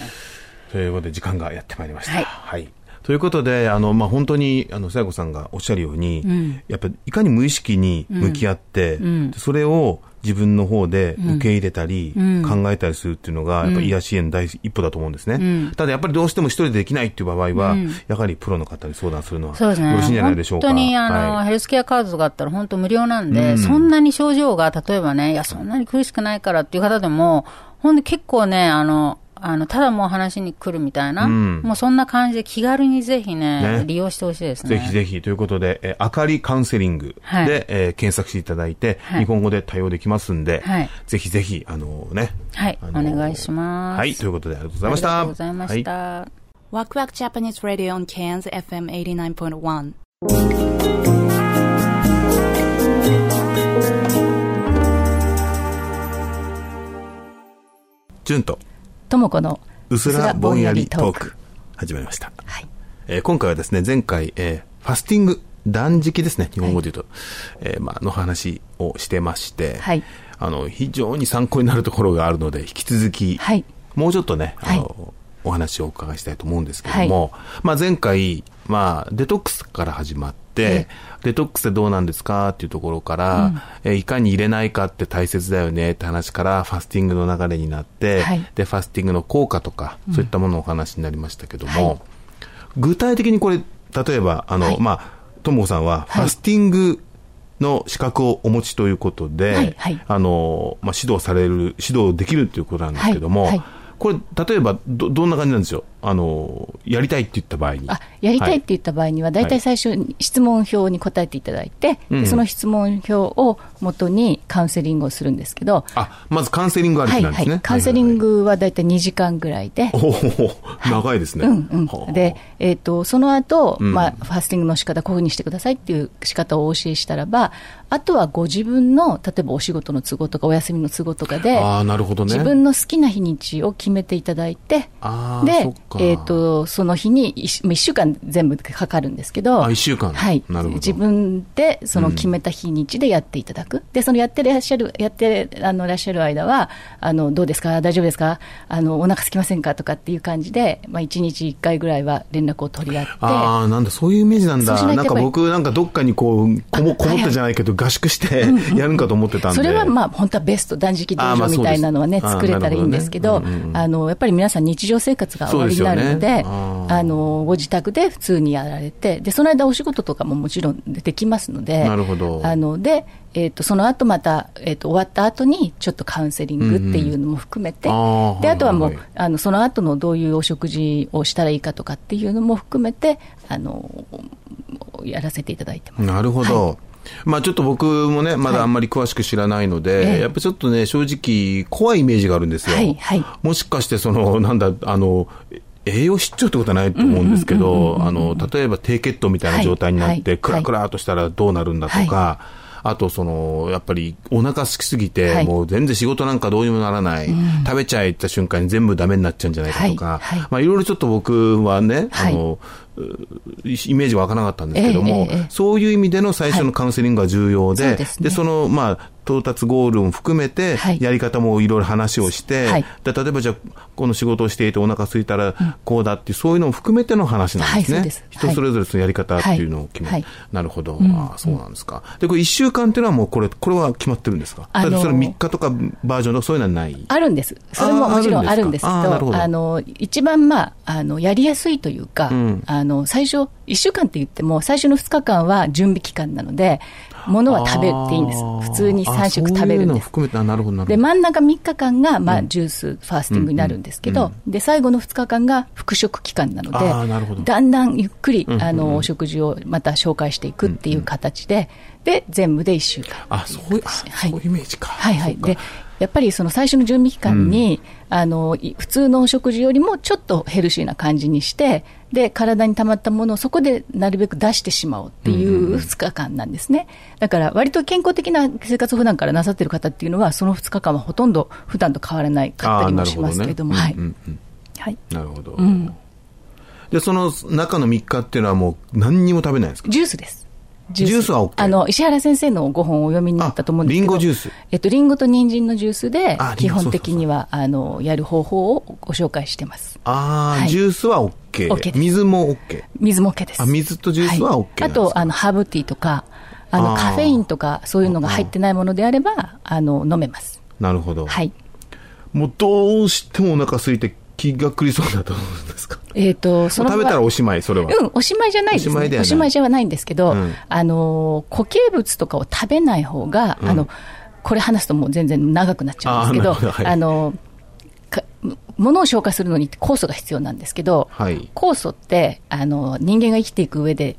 S8: ということで、時間がやってまいりました。は。
S6: はいい
S8: ということで、あの、まあ、本当に、あの、さやこさんがおっしゃるように、
S6: うん
S8: やっぱりいかに無意識に向き合って、
S6: んうん
S8: それを自分の方で受け入れたり、
S6: うん
S8: 考えたりするっていうのが、やっぱ癒しへの第一歩だと思うんですね。
S6: うん
S8: ただ、やっぱりどうしても一人でできないっていう場合は、
S6: うん
S8: やはりプロの方に相談するのは、
S6: そうですね。
S8: よろしいんじゃないでしょうか。
S6: 本当に、あの、
S8: はい
S6: ヘルスケアカードがあったら本当無料なんで、
S8: うん
S6: そんなに症状が、例えばね、いや、そんなに苦しくないからっていう方でも、ほんで結構ね、あの、あの、ただもう話に来るみたいな、
S8: うん
S6: もうそんな感じで気軽にぜひね、
S8: ね
S6: 利用してほしいですね。
S8: ぜひぜひということで、えーあかりカウンセリングで、
S6: はい
S8: えー検索していただいて、
S6: はい
S8: 日本語で対応できますんで、
S6: はい
S8: ぜひぜひ、あのね。
S6: はい
S8: あのー
S6: お願いします
S8: はい、ということでありがとうござい
S6: あり
S8: ました。
S6: がとうございました。
S8: は
S12: ワクワクジャパニーズ・ラディオン・ケーンズ FM89.1
S8: ジュンと、
S11: ともこの
S8: うすらぼんやりトー
S11: うすらぼんやりトー
S8: ク、始まりました。えー今回はですね、前回、えーファスティング、断食ですね、日本語で言うと、えーまあ、の話をしてまして、
S11: はい
S8: あの、非常に参考になるところがあるので、引き続き、もうちょっとね、あの、お話をお伺いしたいと思うんですけども、まあ、前回、まあ、デトックスから始まって、デトックスってどうなんですかっていうところから、えーいかに入れないかって大切だよねって話から、ファスティングの流れになって、
S11: はい
S8: で、ファスティングの効果とか、そういったもののお話になりましたけども、
S11: はい
S8: 具体的にこれ、例えば、あの、まあ、ともこさんは、ファスティングの資格をお持ちということで、
S11: はいはい
S8: あの、まあ、指導される、指導できるということなんですけども、
S11: はいはい
S8: これ、例えばど、どんな感じなんですよあの、やりたいって言った場合に。
S11: あやりたいって言った場合には、
S8: い
S11: 大体最初に質問票に答えていただいて、
S8: うん
S11: その質問票を元にカウンセリングをするんですけど、
S8: あ、まずカウンセリングあり
S11: は
S8: き
S11: い
S8: なんですね。
S11: はい、カウンセリングは大体2時間ぐらいで、
S8: おお長いですね。
S11: うんうん、で、えー、とその後、
S8: うん
S11: まあファスティングの仕方こういうふうにしてくださいっていう仕方をお教えしたらば、あとはご自分の、例えばお仕事の都合とか、お休みの都合とかで、
S8: ああ、なるほどね。
S11: 自分の好きな日にちを決めていただいて、
S8: あー
S11: で
S8: そっか、
S11: えー、とその日に 1, 週間全部かかるんですけど、
S8: あ一週間
S11: はい、
S8: なるほど
S11: 自分でその決めた日にちでやっていただく、でそのやってらっしゃるやってあのらっしゃる間はあの、どうですか、大丈夫ですか、あのお腹空きませんかとかっていう感じで、まあ、1日1回ぐらいは連絡を取り合って。
S8: ああ、なんだ、そういうイメージなん
S11: そうし
S8: だ。
S11: ない
S8: な
S11: と
S8: んか
S11: やっぱり
S8: 僕、なんかどっかにこう、こも、こもったじゃないけど、合宿して、やるんかと思ってたんで。
S11: それはまあ本当はベスト、断食道
S8: あーまあ
S11: 場みたいなのはね、
S8: そうです
S11: 作れたらいいんですけ
S8: あーな
S11: ど
S8: るほどねうんうんう、ん
S11: あのやっぱり皆さん、日常生活が終わり
S8: ですよ
S11: な
S8: ね
S11: るので、
S8: あ
S11: あのご自宅で普通にやられてで、その間、お仕事とかももちろんできますので、
S8: なるほど
S11: あのでえー、とその後また、えー、と終わった後に、ちょっとカウンセリングっていうのも含めて、
S8: うんうんあー
S11: であとはもう、
S8: はいはい
S11: あのその後のどういうお食事をしたらいいかとかっていうのも含めて、あのやらせていただいてます
S8: なるほど。まあちょっと僕もね、まだあんまり詳しく知らないので、
S11: ええ
S8: やっぱちょっとね、正直、怖いイメージがあるんですよ。
S11: はいはい
S8: もしかして、その、なんだ、あの、栄養失調ってことはないと思うんですけど、あの、例えば低血糖みたいな状態になっ
S11: は
S8: て、
S11: い
S8: クラクラっとしたらどうなるんだとか、あと、その、やっぱりお腹空きすぎて、
S11: はい
S8: もう全然仕事なんかどうにもならない、
S11: うん
S8: 食べちゃいった瞬間に全部ダメになっちゃうんじゃないかとか、まあいろいろちょっと僕はね、あの、うイメージは湧かなかったんですけども、
S11: ええええ
S8: そういう意味での最初のカウンセリングが重要で、
S11: はいそう
S8: で
S11: ですね
S8: その、まあ、到達ゴールも含めて、やり方もいろいろ話をして、
S11: はい
S8: で例えばじゃあ、この仕事をしていてお腹空いたらこうだっていう、そういうのも含めての話なんですね。
S11: はいそうです
S8: 人それぞれそのやり方っていうのを決める。
S11: はいはい
S8: なるほど、
S11: うん
S8: ああそうなんですか。で、これ1週間っていうのはもうこれ、これは決まってるんですか、
S11: あのー
S8: だってそれ3日とかバージョンとかそういうのはない
S11: あるんです。それも
S8: あー
S11: もちろん
S8: あ
S11: あ
S8: る
S11: る
S8: ん
S11: ん
S8: で
S11: ですす
S8: か
S11: け
S8: あーなるほど
S11: ど、あの、一番、まあ、あの、やりやすいというか、
S8: うん
S11: あの、最初、一週間って言っても、最初の二日間は準備期間なので、物は食べていいんです
S8: あ。ー
S11: 普通に三食
S8: あ
S11: 食べる
S8: そうい
S11: ん
S8: うのを
S11: です。
S8: 含めて、あなるほど、なるほど。
S11: で、真ん中3日間が、ま
S8: う
S11: あ、
S8: ん
S11: ジュース、ファースティングになるんですけど、
S8: うん
S11: で、最後の2日間が復食期間なの
S8: あーなるほど
S11: で、だんだんゆっくり、
S8: うん
S11: あ
S8: うんうん
S11: の、お食事をまた紹介していくっていう形で、で、全部で1週間。
S8: あ、そういう、あそういうイメージか。
S11: はいはい。で、やっぱりその最初の準備期間に、あの、い普通のお食事よりもちょっとヘルシーな感じにして、で、体に溜まったものをそこでなるべく出してしまおうっていう2日間なんですね。だから、割と健康的な生活を普段からなさってる方っていうのは、その2日間はほとんど普段と変わらないかったりもしますけれども、
S8: あ
S11: は
S8: ー
S11: い。はい。
S8: なるほどね。うんうんうんなるほど。
S11: うん。
S8: で、その中の3日っていうのはもう何にも食べないんですか
S11: ジュースです。
S8: ジュースは OK。
S11: あの、石原先生のご本をお読みになったと思うんですけど。
S8: リンゴジュース。
S11: えっと、リンゴと人参のジュースで
S8: あ、リン
S11: 基
S8: ゴ
S11: 本的には、あの、やる方法をご紹介してます。
S8: ああ、
S11: はい
S8: ジュースは OK。
S11: OK です
S8: 水も OK。
S11: 水も OK です。
S8: あ、水とジュースは OK なん
S11: あ
S8: ですか、
S11: と、あの、ハーブティーとか、あの、
S8: あー
S11: カフェインとか、そういうのが入ってないものであれば、あの、飲めます。
S8: なるほど。
S11: はい。
S8: もうどうしてもお腹空いて気が狂いそうだと思うんですか
S11: えっと、その
S8: もう食べたらおしまい、それは。
S11: うん、おしまいじゃないですね。
S8: おしまいではない
S11: じゃないんですけど、
S8: うん
S11: あのー、固形物とかを食べない方が、
S8: うん
S11: あの、これ話すともう全然長くなっちゃうんですけ
S8: あー
S11: ど、
S8: なるほどはい
S11: あのー、か物を消化するのに酵素が必要なんですけど、
S8: はい。
S11: 酵素ってあの人間が生きていく上で、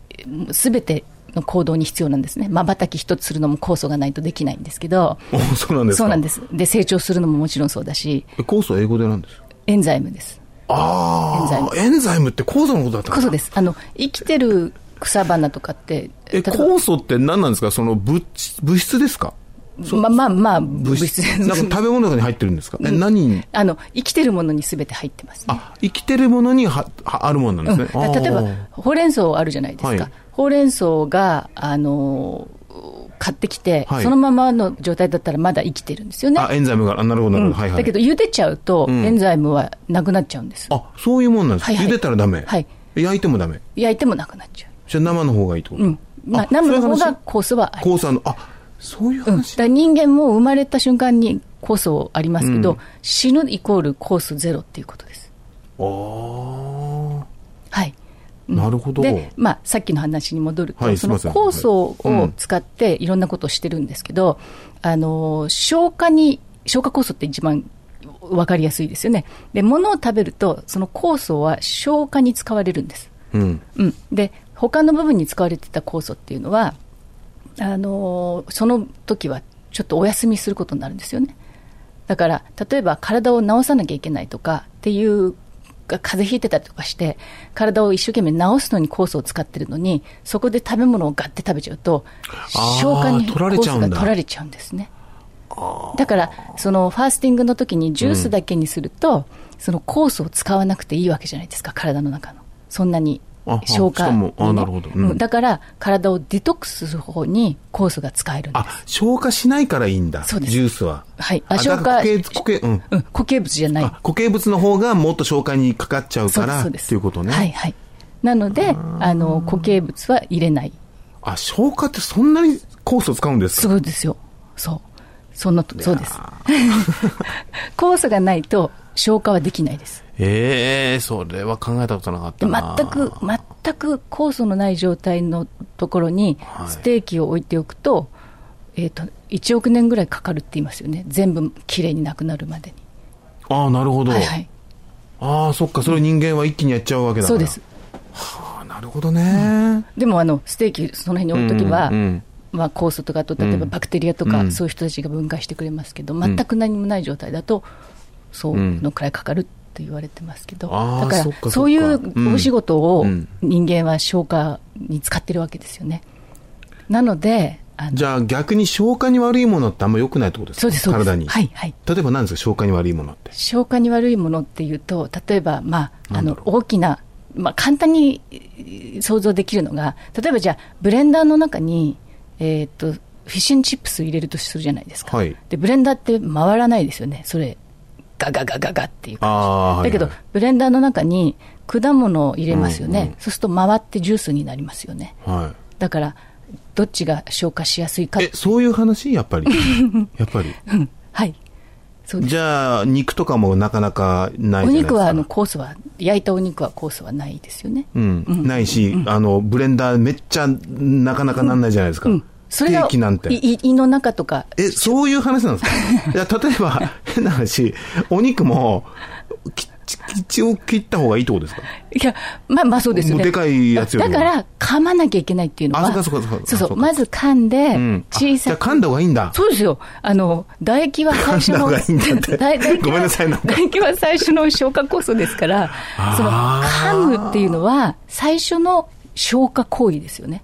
S11: すべての行動に必要なんですね、まばたき一つするのも酵素がないとできないんですけど、
S8: おそうなんですか
S11: そうなんですで、成長するのももちろんそうだし、
S8: え酵素は英語でなんですか
S11: エンザイムです。
S8: あ
S11: エンザイ
S8: あ、エンザイムって酵素のことだったん
S11: 酵素ですあの生きてる草花とかって、
S8: え、酵素って何なんですかその物質物質ですか
S11: まあまあまあ、
S8: 物
S11: 物
S8: 質
S11: 質
S8: なんか
S11: [LAUGHS]
S8: 食べ物の中に入ってるんですか、え何に
S11: あの生きてるものにすべて入ってます、ね
S8: 生きてるものにははあるものなんですね、
S11: うん例えば
S8: あー、
S11: ほうれん草あるじゃないですか、
S8: はい
S11: ほうれん草が、あのー買ってきて、
S8: はい
S11: そのままの状態だったらまだ生きてるんですよね。
S8: あエンザイムがあなるほどなるほど、はいはい
S11: だけど、茹でちゃうと、
S8: うん
S11: エンザイムはなくなっちゃうんです。
S8: あそういうもんなんですか、
S11: はいはい
S8: 茹でたらダメ、
S11: はい
S8: 焼いてもダメ
S11: 焼いてもなくなっちゃ
S8: じゃあ生の方がいいってこ
S11: う。
S8: と、
S11: うん。まあ、生の方が酵素はあり
S8: 酵素あのあそういう
S11: うん、だから人間も生まれた瞬間に酵素ありますけど、
S8: うん
S11: 死ぬイコール酵素ゼロっていうことです。
S8: あ
S11: はい。
S8: あなるほど
S11: で、まあ、さっきの話に戻ると、
S8: はい
S11: その
S8: すいません
S11: 酵素
S8: はいうん
S11: を使っていろんなことをしてるんですけど、あの消化に消化酵素って一番わかりやすいですよね。で、物を食べるとその酵素は消化に使われるんです。
S8: うん
S11: うん、で他の部分に使われてた酵素っていうのはあのーその時はちょっとお休みすることになるんですよねだから例えば体を治さなきゃいけないとかっていうが風邪ひいてたりとかして体を一生懸命治すのに酵素を使ってるのにそこで食べ物をガッて食べちゃうと
S8: あー
S11: 消化に
S8: 取られ
S11: 酵
S8: ちゃう
S11: 素
S8: んだ
S11: が取られちゃうんですねだからそのファースティングの時にジュースだけにすると、その酵素を使わなくていいわけじゃないですか体の中のそんなに
S8: ああ
S11: 消化
S8: しかもあ
S11: にね
S8: なるほどうん
S11: うんだから体をデトックスする方に酵素が使えるんです
S8: あ消化しないからいいんだ
S11: そうです
S8: ジュースは
S11: はい
S8: あ
S11: あ消
S8: だから
S11: 化
S8: 固形固形、うん、
S11: うん固形物じゃない
S8: 固形物の方がもっと消化にかかっちゃう
S11: そ
S8: か
S11: うです
S8: ら
S11: そ
S8: っ
S11: うです
S8: ていうことね、
S11: はいはいなのであの固形物は入れない
S8: あ消化ってそんなに酵素使うんですか
S11: そうですよそうそんなとそうです [LAUGHS] 酵素がないと消化はできないです。
S8: ええそれは考えたことなかった
S11: で
S8: な。
S11: 全く、全く酵素のない状態のところに
S8: はい
S11: ステーキを置いておくと、えっ、と、1億年ぐらいかかるって言いますよね。全部きれいになくなるまでに。
S8: ああ、なるほど。
S11: はいはい
S8: ああ、そっか、それを人間は一気にやっちゃうわけだか
S11: そ
S8: ら。
S11: うです。
S8: はあ、なるほどね。
S11: でも、あの、ステーキその辺に置くときは、
S8: うんうん
S11: まあ、酵素とかあと、例えばバクテリアとか、
S8: うん
S11: そういう人たちが分解してくれますけど、
S8: ん
S11: 全く何もない状態だと、そうのくらいかかるって言われてますけど、
S8: あー
S11: だから
S8: そっかそっか
S11: そういうお仕事を
S8: うん
S11: 人間は消化に使ってるわけですよね。なので、
S8: じゃあ逆に消化に悪いものってあんま良くないってことですか
S11: そうですそうです
S8: 体に。
S11: はいはい。
S8: 例えば何ですか消化に悪いものって。
S11: 消化に悪いものっていうと、例えば、まあ、あの大きな、まあ、簡単にえー想像できるのが、例えばじゃあ、ブレンダーの中に、えーっとフィッシュンチップス入れるとするじゃないですか、
S8: はい。
S11: でブレンダーって回らないですよね、それ、ガガガガガっていうか、
S8: ああ、
S11: だけど、
S8: はい
S11: ブレンダーの中に果物を入れますよね、
S8: うんうん
S11: そうすると回ってジュースになりますよね、
S8: はい。はい
S11: だから、どっちが消化しやすいか、
S8: え、そういう話やっぱ
S11: [LAUGHS]
S8: り。やっぱり。
S11: はい、そうです
S8: じゃあ、肉とかもなかなかない
S11: お
S8: じゃないですか。
S11: 肉はあのコースは、焼いたお肉はコースはないですよね。
S8: うん、
S11: うん
S8: ないし、あの、ブレンダーめっちゃなかなかなんないじゃないですか。
S11: うんそれ
S8: ケ
S11: が
S8: ーキなんて。
S11: いい胃の中とか、
S8: え、そういう話なんです
S11: [LAUGHS]
S8: かいや、例えば、変な話、お肉も、きち口を切った方がいいってことですか
S11: いや、まあまあそうですよね。
S8: もうでかいやつより
S11: だ
S8: も
S11: から、噛まなきゃいけないっていうの
S8: あ
S11: は。
S8: そうかそうかそうか
S11: そうそう
S8: そうか
S11: まず噛んで
S8: うん、あ
S11: 小さ
S8: じゃあ噛んだ方がいいんだ。
S11: そうですよ。あの、唾液は最初
S8: [LAUGHS] 噛んだ
S11: の、
S8: 方がいいんだって
S11: 唾唾液は
S8: ごめんなさいなんか
S11: 唾液は最初の消化酵素ですから、その、噛むっていうのは、最初の消化行為ですよね。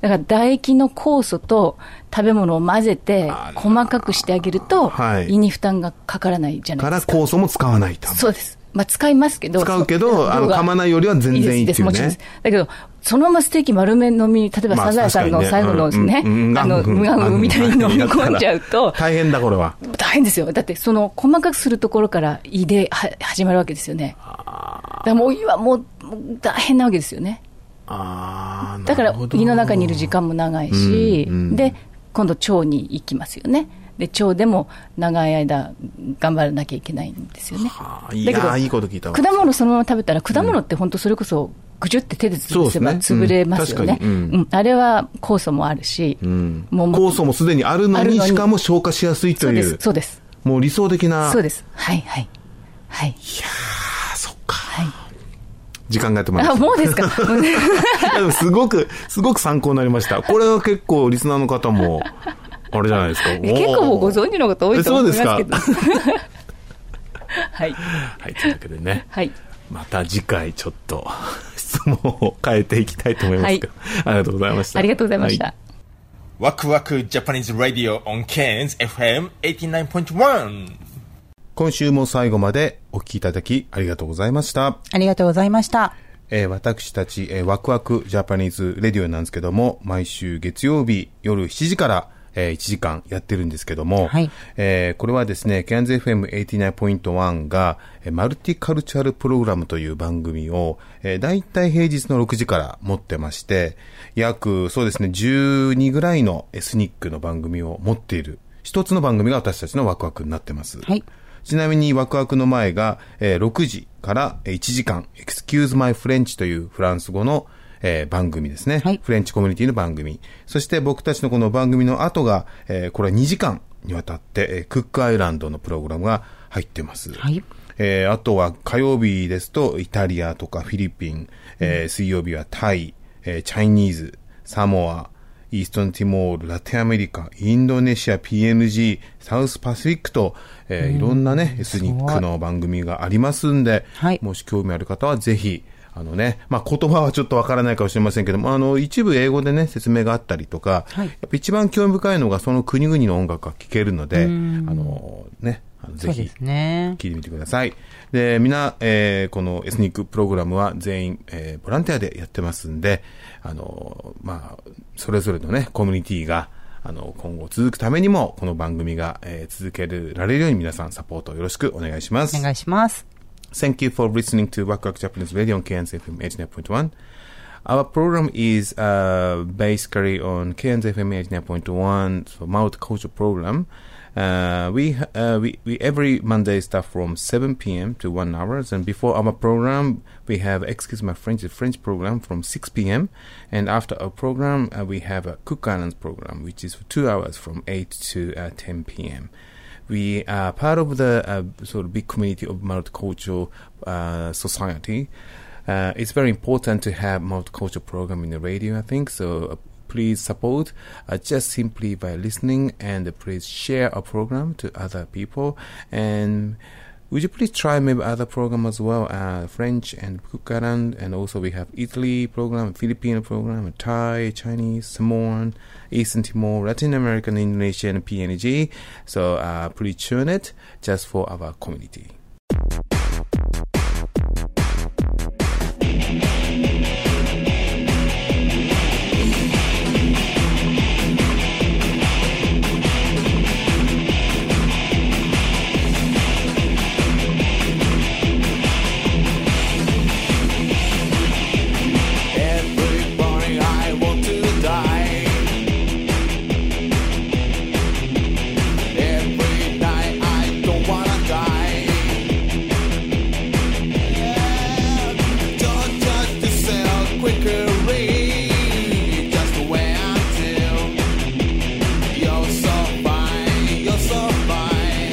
S11: だから、唾液の酵素と食べ物を混ぜて、細かくしてあげると
S8: は、い
S11: 胃に負担がかからないじゃない
S8: か
S11: で
S8: ら
S11: すか。
S8: 酵素も使わないと。
S11: そうです。まあ、使いますけど。
S8: 使うけど
S11: そ量
S8: あの
S11: が
S8: 噛まないよりは全然いいっていうね
S11: ですですもちろんですだけど、そのままステーキ丸め飲み、例えば
S8: まあ
S11: サザエさんの
S8: 確かにね
S11: 最後の
S8: うん
S11: ね、
S8: うんうん
S11: あの、
S8: ガンフ
S11: ム
S8: ン
S11: ガンフンみたいに飲み
S8: ガンフンやった
S11: 込
S8: ら
S11: んじゃうと、
S8: 大変だ、これは。
S11: 大変ですよ。だって、その細かくするところから胃では始まるわけですよね。だからもう胃はもうもう大変なわけですよね。だから胃の中にいる時間も長いし、
S8: うんうん
S11: で、今度腸に行きますよね。で、腸でも長い間頑張らなきゃいけないんですよね。
S8: い
S11: だけ
S8: や
S11: ど
S8: ーいいこと聞いたわ。
S11: 果物そのまま食べたら、果物って本当それこそ、ぐじゅって手で潰せば
S8: そうですね
S11: 潰れますよね。
S8: うん確かにう
S11: うんあれは酵素もあるし、
S8: うん。
S11: もう
S8: 酵素もすでにあるの
S11: ある
S8: に、
S11: のに
S8: しかも消化しやすいと
S11: そう
S8: い
S11: で
S8: う。
S11: す、そうです。
S8: もう理想的な
S11: そうです。はい、はい。はい。いや
S8: そっ
S11: か。はい。
S8: 時間がやってまいりま
S11: あ、
S8: した。
S11: もうですか
S8: い [LAUGHS] やでもすごく、すごく参考になりました。これは結構、リスナーの方も、あれじゃないです
S11: [LAUGHS]
S8: か。
S11: 結構もうご
S8: 存
S11: 存知の方多いと思いますけど。 [LAUGHS] はい。
S8: はい、というわけでね。
S11: はい。
S8: また次回ちょっと [LAUGHS] 質問を変えていきたいと思いますけど、ありがとうございました。
S11: ありがとうございまし
S8: は
S11: た。
S13: ワクワクジャパニーズ・ラディオ on Cairns FM89.1
S8: 今週も最後までお聞きいただきありがとうございました。
S9: ありがとうございました。
S8: えー私たち、えーワクワクジャパニーズレディオなんですけども、毎週月曜日夜7時から、え1時間やってるんですけども、えーこれはですね、ケアンズ FM89.1 が、えーマルティカルチャルプログラムという番組を、えー、大体平日の6時から持ってまして、約、そうですね、12ぐらいのエスニックの番組を持っている、一つの番組が私たちのワクワクになってます。ちなみにワクワクの前が、えー6時からえー1時間、Excuse My French というフランス語の、えー番組ですね、フレンチコミュニティの番組。そして僕たちのこの番組の後が、えーこれは2時間にわたって、えークックアイランドのプログラムが入ってます。えーあとは火曜日ですとイタリアとかフィリピン、えー水曜日はタイ、えーチャイニーズ、サモア、イーストンティモール、ラテンアメリカ、インドネシア、PNG、サウスパシフィックと、えーいろんなね、エスニックの番組がありますんで、もし興味ある方はぜひ、あのね、まあ、言葉はちょっとわからないかもしれませんけども、あの、一部英語でね、説明があったりとか、やっぱ一番興味深いのがその国々の音楽が聴けるので、あ
S9: うん
S8: の、ね、あのぜ
S9: そうで
S8: ひ
S9: す、ね。
S8: 聞いてみてください。で、みんな、えーこのエスニックプログラムは全員、えーボランティアでやってますんで、あのーまあ、それぞれのね、コミュニティが、あの、今後続くためにも、この番組が、えー続けられるように皆さんサポートよろしくお願いします。お願
S9: いします。
S8: Thank you for listening to Waku Waku Japanese Radio on KNZFM 89.1. Our program is uh, basically on KNZFM 89.1 's Mouth Culture Program. Uh, we, uh, we we every Monday start from 7 p.m. to 1 hours, and before our program we have excuse my French the French program from 6 p.m. and after our program uh, we have a Cook Islands program which is for two hours from 8 to uh, 10 p.m. We are part of the uh, sort of big community of multicultural uh, society. Uh, it's very important to have multicultural program in the radio. I think so. Uh, please support uh, just simply by listening and uh, please share our program to other people and would you please try maybe other program as well uh, french and kukaran and also we have italy program filipino program thai chinese samoan eastern timor latin american indonesian png so uh, please tune it just for our community
S10: Everybody, I want to die. Every night, I don't wanna die. Don't judge yourself quickly, just the way I feel. You're so fine, you're so fine.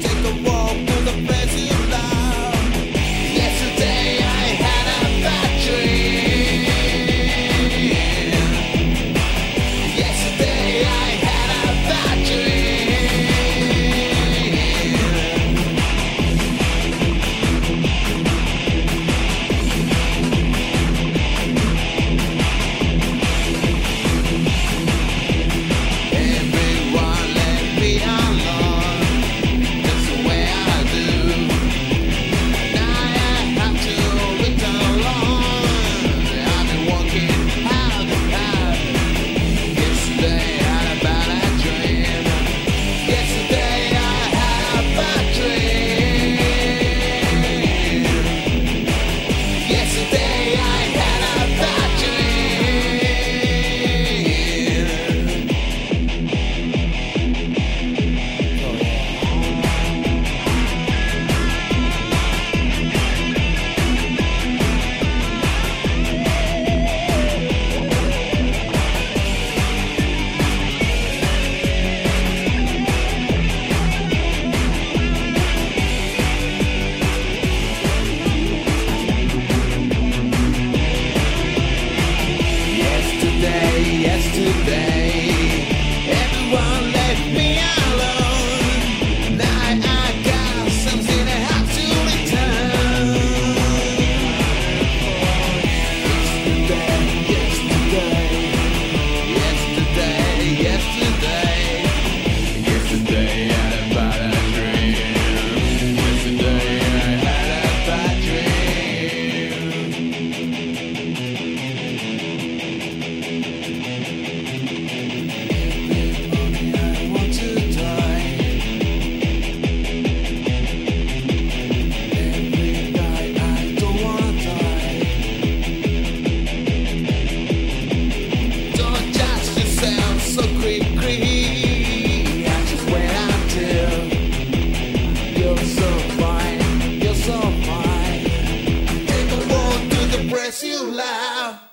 S10: Take a walk to the place you love. Yesterday I had a bad dream. Yesterday I had a bad dream. Everyone let me alone. That's the way I do. Yesterday, yesterday, everyone left me alone. Now I got something I have to return. Yesterday, yesterday, yesterday, yesterday, yesterday I had a bad dream. Yesterday I had a bad dream. Don't judge yourself so quickly. I just wait until you're so fine, you're so fine. Take a walk to the place you love.